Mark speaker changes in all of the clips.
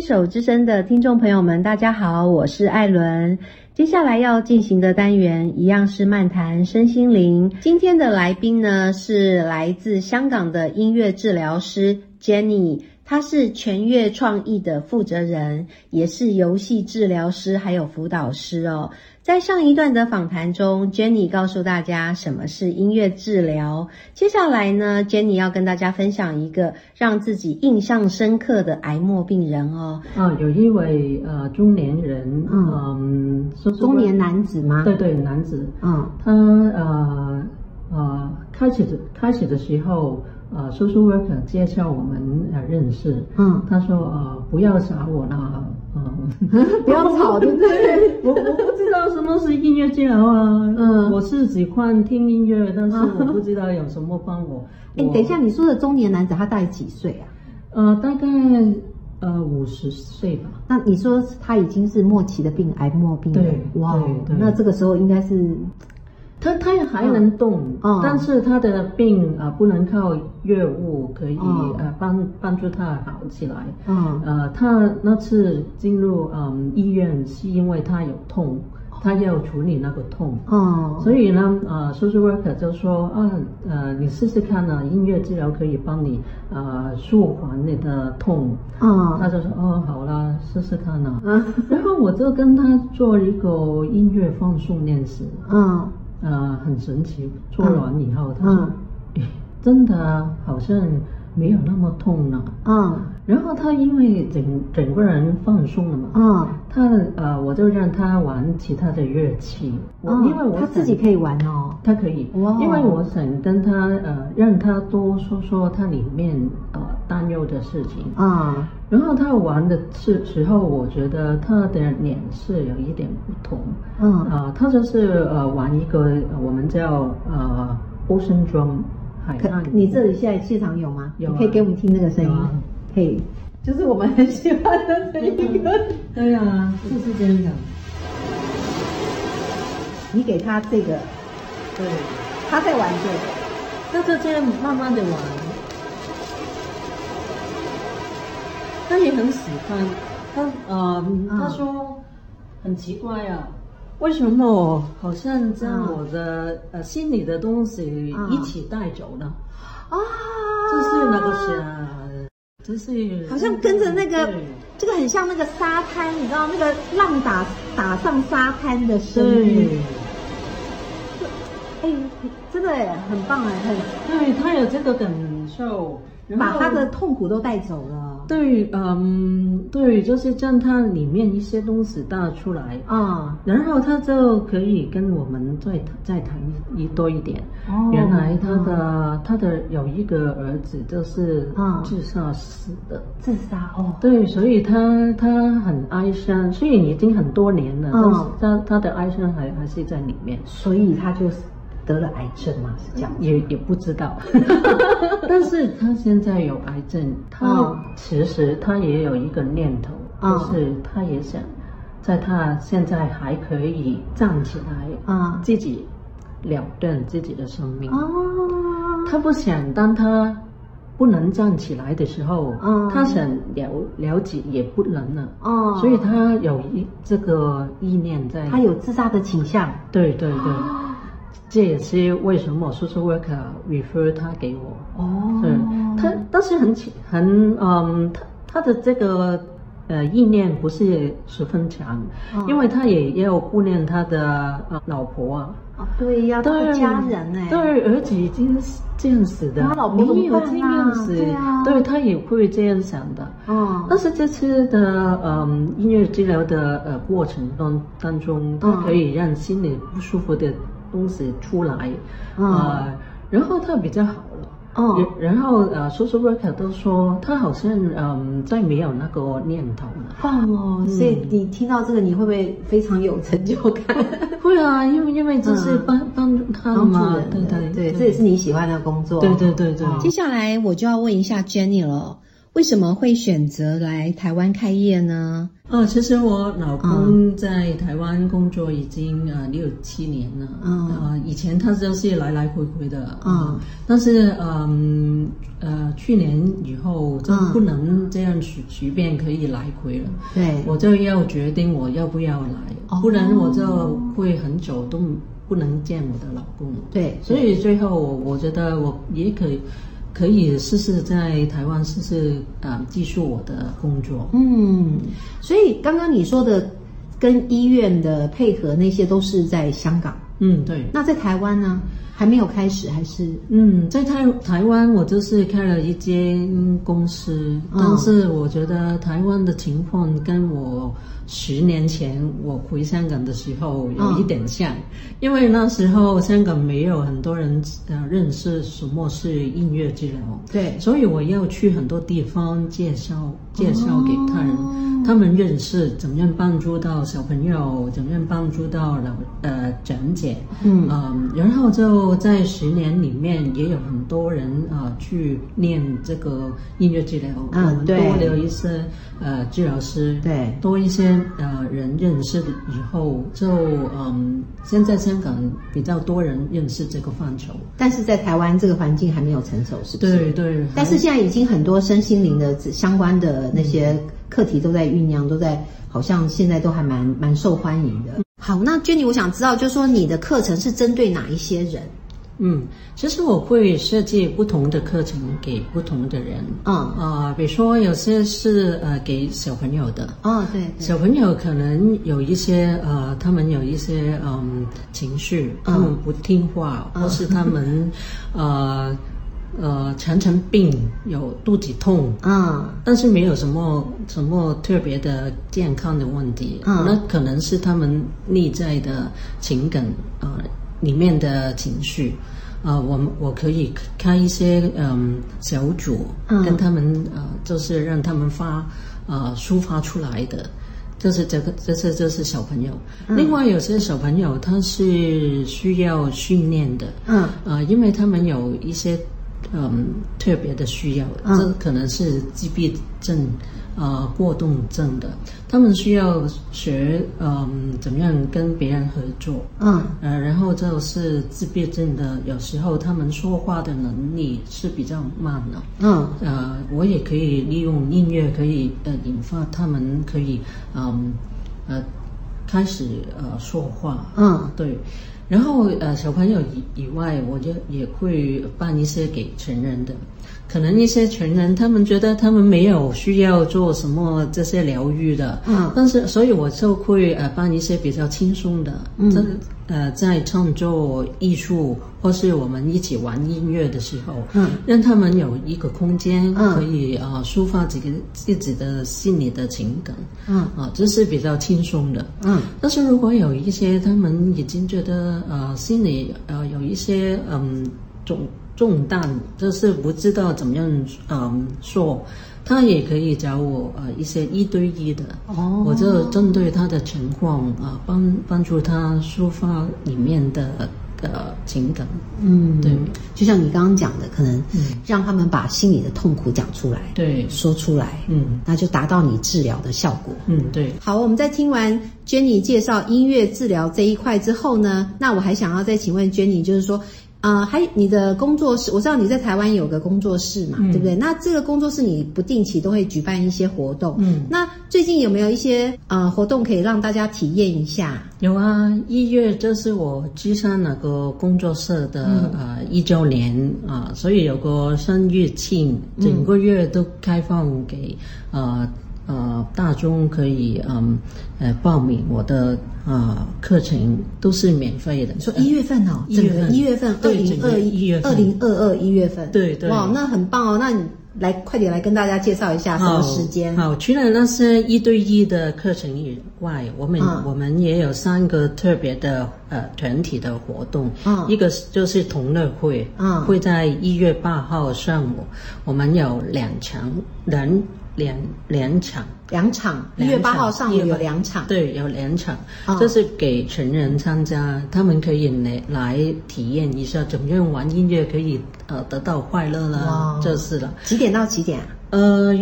Speaker 1: 手之声的听众朋友们，大家好，我是艾伦。接下来要进行的单元一样是漫谈身心灵。今天的来宾呢是来自香港的音乐治疗师 Jenny，她是全乐创意的负责人，也是游戏治疗师还有辅导师哦。在上一段的访谈中，Jenny 告诉大家什么是音乐治疗。接下来呢，Jenny 要跟大家分享一个让自己印象深刻的癌末病人哦，
Speaker 2: 啊，有一位呃中年人，
Speaker 1: 嗯
Speaker 2: 嗯，说是
Speaker 1: 中年男子吗？
Speaker 2: 对对男子，
Speaker 1: 嗯
Speaker 2: 他呃呃开始的开始的时候，呃，social worker 介绍我们呃认识，
Speaker 1: 嗯，
Speaker 2: 他说呃不要耍我啦，嗯，
Speaker 1: 不要吵，对不对？
Speaker 2: 我我不知道什么是音乐治疗啊，
Speaker 1: 嗯
Speaker 2: 我是喜欢听音乐，但是我不知道有什么帮我。
Speaker 1: 哎、
Speaker 2: 我
Speaker 1: 等一下，，你说的中年男子他大概几岁啊？
Speaker 2: 呃，大概呃五十岁吧。
Speaker 1: 那你说他已经是末期的病，癌末病人，
Speaker 2: 对
Speaker 1: 哇
Speaker 2: 对，对
Speaker 1: 那这个时候应该是
Speaker 2: 他他还能动，
Speaker 1: 嗯
Speaker 2: 但是他的病啊、呃不能靠药物可以、
Speaker 1: 嗯
Speaker 2: 呃帮帮助他好起来。
Speaker 1: 嗯
Speaker 2: 呃，他那次进入嗯医院是因为他有痛，
Speaker 1: 哦
Speaker 2: 他要处理那个痛。
Speaker 1: 嗯，
Speaker 2: 所以呢，呃，social worker 就说啊，呃，你试试看呢、音乐治疗可以帮你呃舒缓你的痛。
Speaker 1: 嗯
Speaker 2: 他就说哦，好啦，试试看呢、
Speaker 1: 嗯
Speaker 2: 然后我就跟他做一个音乐放松练习。
Speaker 1: 嗯
Speaker 2: 呃，很神奇，做完以后，他说
Speaker 1: 嗯、
Speaker 2: 诶真的好像没有那么痛了、
Speaker 1: 嗯
Speaker 2: 然后他因为整整个人放松了嘛，
Speaker 1: 嗯，
Speaker 2: 他呃，我就让他玩其他的乐器，我、
Speaker 1: 嗯
Speaker 2: 因为我
Speaker 1: 他自己
Speaker 2: 想
Speaker 1: 可以玩哦，
Speaker 2: 他可以，
Speaker 1: 哇
Speaker 2: 因为我想跟他呃，让他多说说他里面呃担忧的事情。
Speaker 1: 嗯
Speaker 2: 然后他玩的时时候，我觉得他的脸是有一点不同，
Speaker 1: 嗯
Speaker 2: 呃，它就是呃玩一个呃我们叫呃 ocean drum 海
Speaker 1: 可
Speaker 2: 浪鼓。
Speaker 1: 你这里现在现场有吗？
Speaker 2: 有啊
Speaker 1: 你可以给我们听那个声音
Speaker 2: 有啊，
Speaker 1: 可以，就是我们很喜欢的这一个。
Speaker 2: 对
Speaker 1: 啊
Speaker 2: 啊呀、这是真的。
Speaker 1: 你给他这个，
Speaker 2: 对，
Speaker 1: 他在玩这个，
Speaker 2: 那就这样慢慢的玩。他也很喜欢，他呃、他说很奇怪啊，为什么好像将我的、呃心里的东西
Speaker 1: 嗯
Speaker 2: 一起带走了？
Speaker 1: 啊，
Speaker 2: 就是那个是啊，就是
Speaker 1: 好像跟着那个
Speaker 2: 对，
Speaker 1: 这个很像那个沙滩，你知道那个浪打打上沙滩的声音，
Speaker 2: 对。
Speaker 1: 哎、真的哎，很棒哎，很
Speaker 2: 对他有这个感受，然
Speaker 1: 把
Speaker 2: 后
Speaker 1: 他的痛苦都带走了。
Speaker 2: 对，嗯，对，就是将他里面一些东西带出来，
Speaker 1: 啊、
Speaker 2: 然后他就可以跟我们再谈再谈一多一点。
Speaker 1: 哦
Speaker 2: 原来他的、他的有一个儿子就是
Speaker 1: 嗯
Speaker 2: 自杀死的，
Speaker 1: 自杀哦，
Speaker 2: 对，所以他他很哀伤，虽然已经很多年了，
Speaker 1: 嗯
Speaker 2: 但是他他的哀伤还还是在里面，
Speaker 1: 所以他就是得了癌症嘛，是这样。
Speaker 2: 也也不 知道，嗯但是他现在有癌症，他
Speaker 1: 嗯
Speaker 2: 其实他也有一个念头，
Speaker 1: 嗯
Speaker 2: 就是他也想，在他现在还可以站起来，
Speaker 1: 啊、
Speaker 2: 自己了断自己的生命。
Speaker 1: 哦，
Speaker 2: 他不想当他不能站起来的时候，
Speaker 1: 嗯
Speaker 2: 他想了了解也不能了，
Speaker 1: 哦，
Speaker 2: 所以他有一这个意念在。
Speaker 1: 他有自杀的倾向。
Speaker 2: 对对对，这也是为什么 social worker refer 他给我。
Speaker 1: 哦
Speaker 2: 对，他但是很奇很嗯，他他的这个呃意念不是十分强，
Speaker 1: 嗯
Speaker 2: 因为他也要顾念他的呃老婆啊，
Speaker 1: 啊，对呀、他的家人哎，
Speaker 2: 对，而且已经是这样子的，
Speaker 1: 他老婆
Speaker 2: 你有
Speaker 1: 怎
Speaker 2: 这
Speaker 1: 么办啊
Speaker 2: 样子，
Speaker 1: 对啊
Speaker 2: 对他也会这样想的。
Speaker 1: 嗯，
Speaker 2: 但是这次的嗯音乐治疗的呃过程当当中，它
Speaker 1: 嗯
Speaker 2: 可以让心里不舒服的东西出来，
Speaker 1: 嗯
Speaker 2: 呃，然后它比较好了。
Speaker 1: 嗯
Speaker 2: 然然后呃，social worker 都说他好像嗯，再没有那个念头了。
Speaker 1: 棒哦，所以你听到这个，你会不会非常有成就感？
Speaker 2: 会啊，因为因为这是
Speaker 1: 嗯
Speaker 2: 帮、帮助他了嘛，对对
Speaker 1: 对，这也是你喜欢的工作。哦
Speaker 2: 对对对对。
Speaker 1: 接下来我就要问一下 Jenny 了，为什么会选择来台湾开业呢？
Speaker 2: 啊，其实我老
Speaker 1: 嗯
Speaker 2: 公在台湾工作已经呃六七年了，
Speaker 1: 嗯
Speaker 2: 啊，以前他就是来来回回的，啊
Speaker 1: 嗯，
Speaker 2: 但是嗯呃去年以后就不能这样随随便可以来回了，
Speaker 1: 对，
Speaker 2: 我就要决定我要不要
Speaker 1: 哦
Speaker 2: 来，不然我就会很久都不能见我的老公。
Speaker 1: 对，
Speaker 2: 所以最后我我觉得我也可以可以试试在台湾试试啊、呃，继续我的工作。
Speaker 1: 嗯，所以刚刚你说的跟医院的配合那些都是在香港，
Speaker 2: 嗯，对。
Speaker 1: 那在台湾呢？还没有开始，还是
Speaker 2: 嗯，在台台湾，我就是开了一间公司，
Speaker 1: 嗯
Speaker 2: 但是我觉得台湾的情况跟我十年前我回香港的时候有一点像，因为那时候香港没有很多人呃认识什么是音乐哦治疗，
Speaker 1: 对
Speaker 2: 所以我要去很多地方介绍介绍给他人，
Speaker 1: 哦
Speaker 2: 他们认识怎么样帮助到小朋友，怎么样帮助到老呃长者，
Speaker 1: 嗯
Speaker 2: 然后就在十年里面也有很多人啊、呃去念这个音乐治疗，
Speaker 1: 嗯
Speaker 2: 我们
Speaker 1: 对
Speaker 2: 多留一些呃治疗师，
Speaker 1: 对
Speaker 2: 多一些呃人认识了以后，就嗯现在香港比较多人认识这个范畴，
Speaker 1: 但是在台湾这个环境还没有成熟，是不是？
Speaker 2: 对对，
Speaker 1: 但是现在已经很多身心灵的相关的那些课题都在酝酿，都在好像现在都还蛮蛮受欢迎的。嗯好，那 Jenny，我想知道，就是说你的课程是针对哪一些人？
Speaker 2: 嗯，其实我会设计不同的课程给不同的人。
Speaker 1: 嗯，
Speaker 2: 啊、比如说有些是呃给小朋友的，
Speaker 1: 哦，对，对
Speaker 2: 小朋友可能有一些呃，他们有一些嗯情绪，他们不听话，
Speaker 1: 嗯
Speaker 2: 或是他们呃呃常常病，有肚子痛，
Speaker 1: 嗯，
Speaker 2: 但是没有什么什么特别的健康的问题，
Speaker 1: 嗯
Speaker 2: 那可能是他们内在的情感呃里面的情绪。啊、我们我可以开一些嗯小组，
Speaker 1: 嗯
Speaker 2: 跟他们呃，就是让他们发呃抒发出来的，就是这个，这是这是小朋友。
Speaker 1: 嗯
Speaker 2: 另外有些小朋友他是需要训练的，
Speaker 1: 嗯，
Speaker 2: 呃，因为他们有一些嗯特别的需要，
Speaker 1: 嗯
Speaker 2: 这可能是自闭症、呃过动症的，他们需要学嗯怎么样跟别人合作，
Speaker 1: 嗯，
Speaker 2: 呃，然后就是自闭症的，有时候他们说话的能力是比较慢的、
Speaker 1: 嗯，
Speaker 2: 呃，我也可以利用音乐，可以呃引发他们可以嗯呃开始呃说话，
Speaker 1: 嗯，
Speaker 2: 对。然后呃小朋友以以外，我就也会办一些给成人的，可能一些成人他们觉得他们没有需要做什么这些疗愈的，
Speaker 1: 嗯
Speaker 2: 但是所以我就会呃办一些比较轻松的，
Speaker 1: 嗯
Speaker 2: 这呃在创作艺术或是我们一起玩音乐的时候，
Speaker 1: 嗯，
Speaker 2: 让他们有一个空间
Speaker 1: 嗯
Speaker 2: 可以啊、呃抒发自己自己的心里的情感，
Speaker 1: 嗯
Speaker 2: 啊、这是比较轻松的。
Speaker 1: 嗯，
Speaker 2: 但是如果有一些他们已经觉得呃心里呃有一些嗯重重担，就是不知道怎么样嗯说，他也可以找我呃一些一对一的，
Speaker 1: 哦
Speaker 2: 我就针对他的情况啊、呃帮帮助他抒发里面的呃情感，
Speaker 1: 嗯，
Speaker 2: 对，
Speaker 1: 就像你刚刚讲的，可能
Speaker 2: 嗯
Speaker 1: 让他们把心里的痛苦讲出来，
Speaker 2: 对，
Speaker 1: 说出来，
Speaker 2: 嗯
Speaker 1: 那就达到你治疗的效果。
Speaker 2: 嗯对。
Speaker 1: 好，我们在听完 Jenny 介绍音乐治疗这一块之后呢，那我还想要再请问 Jenny，就是说，呃，还你的工作室，我知道你在台湾有个工作室嘛，
Speaker 2: 嗯
Speaker 1: 对不对？那这个工作室你不定期都会举办一些活动，
Speaker 2: 嗯
Speaker 1: 那最近有没有一些呃活动可以让大家体验一下？
Speaker 2: 有啊，一月就是我居山那个工作室的、
Speaker 1: 嗯
Speaker 2: 呃一周年啊、所以有个生日庆，
Speaker 1: 嗯
Speaker 2: 整个月都开放给、呃呃大众可以嗯呃报名我的呃课程都是免费的。
Speaker 1: 你说一月份哦，
Speaker 2: 一
Speaker 1: 整
Speaker 2: 月
Speaker 1: 个
Speaker 2: 份
Speaker 1: 一月份，二
Speaker 2: 对
Speaker 1: 零
Speaker 2: 整个
Speaker 1: 二
Speaker 2: 一月份
Speaker 1: 二零二二一月份，
Speaker 2: 对对
Speaker 1: 哇，那很棒哦，那你来快点来跟大家介绍一下什么时间？
Speaker 2: 好，除了那些一对一的课程以外，我们、
Speaker 1: 嗯
Speaker 2: 我们也有三个特别的呃团体的活动。
Speaker 1: 嗯
Speaker 2: 一个是就是同乐会，
Speaker 1: 嗯
Speaker 2: 会在一月八号上午，我们有两场两两两场。
Speaker 1: 两场，一
Speaker 2: 两
Speaker 1: 月八号
Speaker 2: 场
Speaker 1: 上午
Speaker 2: 一月
Speaker 1: 有
Speaker 2: 八
Speaker 1: 两场，
Speaker 2: 对，有两场，
Speaker 1: 啊嗯
Speaker 2: 这是给成人参加，他们可以来来体验一下怎么样玩音乐，可以呃得到快乐
Speaker 1: 哇
Speaker 2: 啦，这是了。
Speaker 1: 几点到几点啊？
Speaker 2: 呃，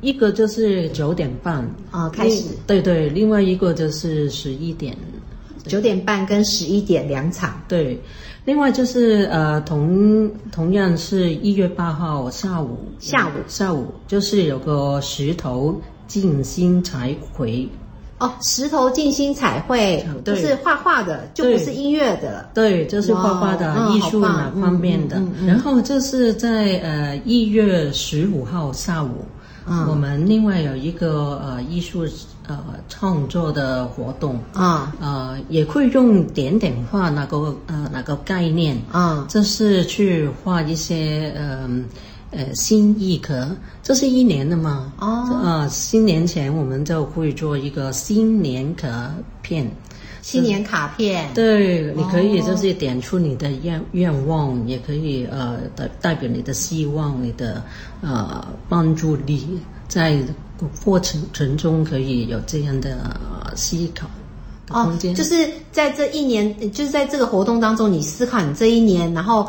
Speaker 2: 一个就是九点半
Speaker 1: 啊开始
Speaker 2: 另对对，另外一个就是十一点，
Speaker 1: 九点半跟十一点两场。
Speaker 2: 对，另外就是呃，同同样是一月八号下午，
Speaker 1: 下午
Speaker 2: 下午就是有个石头静心才回，
Speaker 1: 哦，石头静心彩绘就
Speaker 2: 对
Speaker 1: 是画画的，就不
Speaker 2: 对
Speaker 1: 是音乐的了。
Speaker 2: 对，就是画画的、
Speaker 1: 哇嗯
Speaker 2: 艺术
Speaker 1: 好棒
Speaker 2: 哪方面的。
Speaker 1: 嗯嗯嗯
Speaker 2: 然后这是在呃一月十五号下午。
Speaker 1: 嗯
Speaker 2: 我们另外有一个呃艺术呃创作的活动，
Speaker 1: 啊
Speaker 2: 呃，也会用点点画那个呃那个概念，
Speaker 1: 啊
Speaker 2: 这是去画一些嗯呃新意壳，这是一年的嘛？
Speaker 1: 哦
Speaker 2: 呃，新年前我们就会做一个新年壳片。
Speaker 1: 新年卡片。
Speaker 2: 对，你可以
Speaker 1: 哦
Speaker 2: 就是点出你的愿愿望，也可以呃代代表你的希望，你的呃帮助力，在过程程中可以有这样的、呃思考的
Speaker 1: 哦
Speaker 2: 空，间。
Speaker 1: 就是在这一年，就是在这个活动当中，你思考你这一年，然后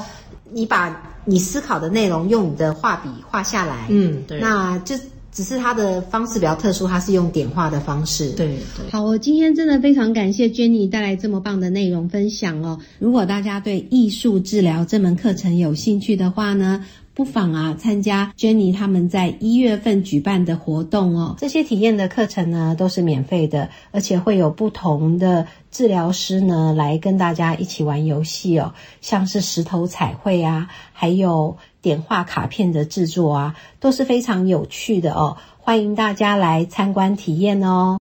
Speaker 1: 你把你思考的内容用你的画笔画下来。
Speaker 2: 嗯，对，
Speaker 1: 那就只是它的方式比较特殊，它是用点画的方式。
Speaker 2: 对对。
Speaker 1: 好，我今天真的非常感谢 Jenny 带来这么棒的内容分享哦。如果大家对艺术治疗这门课程有兴趣的话呢，不妨啊参加 Jenny 他们在一月份举办的活动哦。这些体验的课程呢都是免费的，而且会有不同的治疗师呢来跟大家一起玩游戏哦，像是石头彩绘啊，还有点画卡片的制作啊，都是非常有趣的哦。欢迎大家来参观体验哦。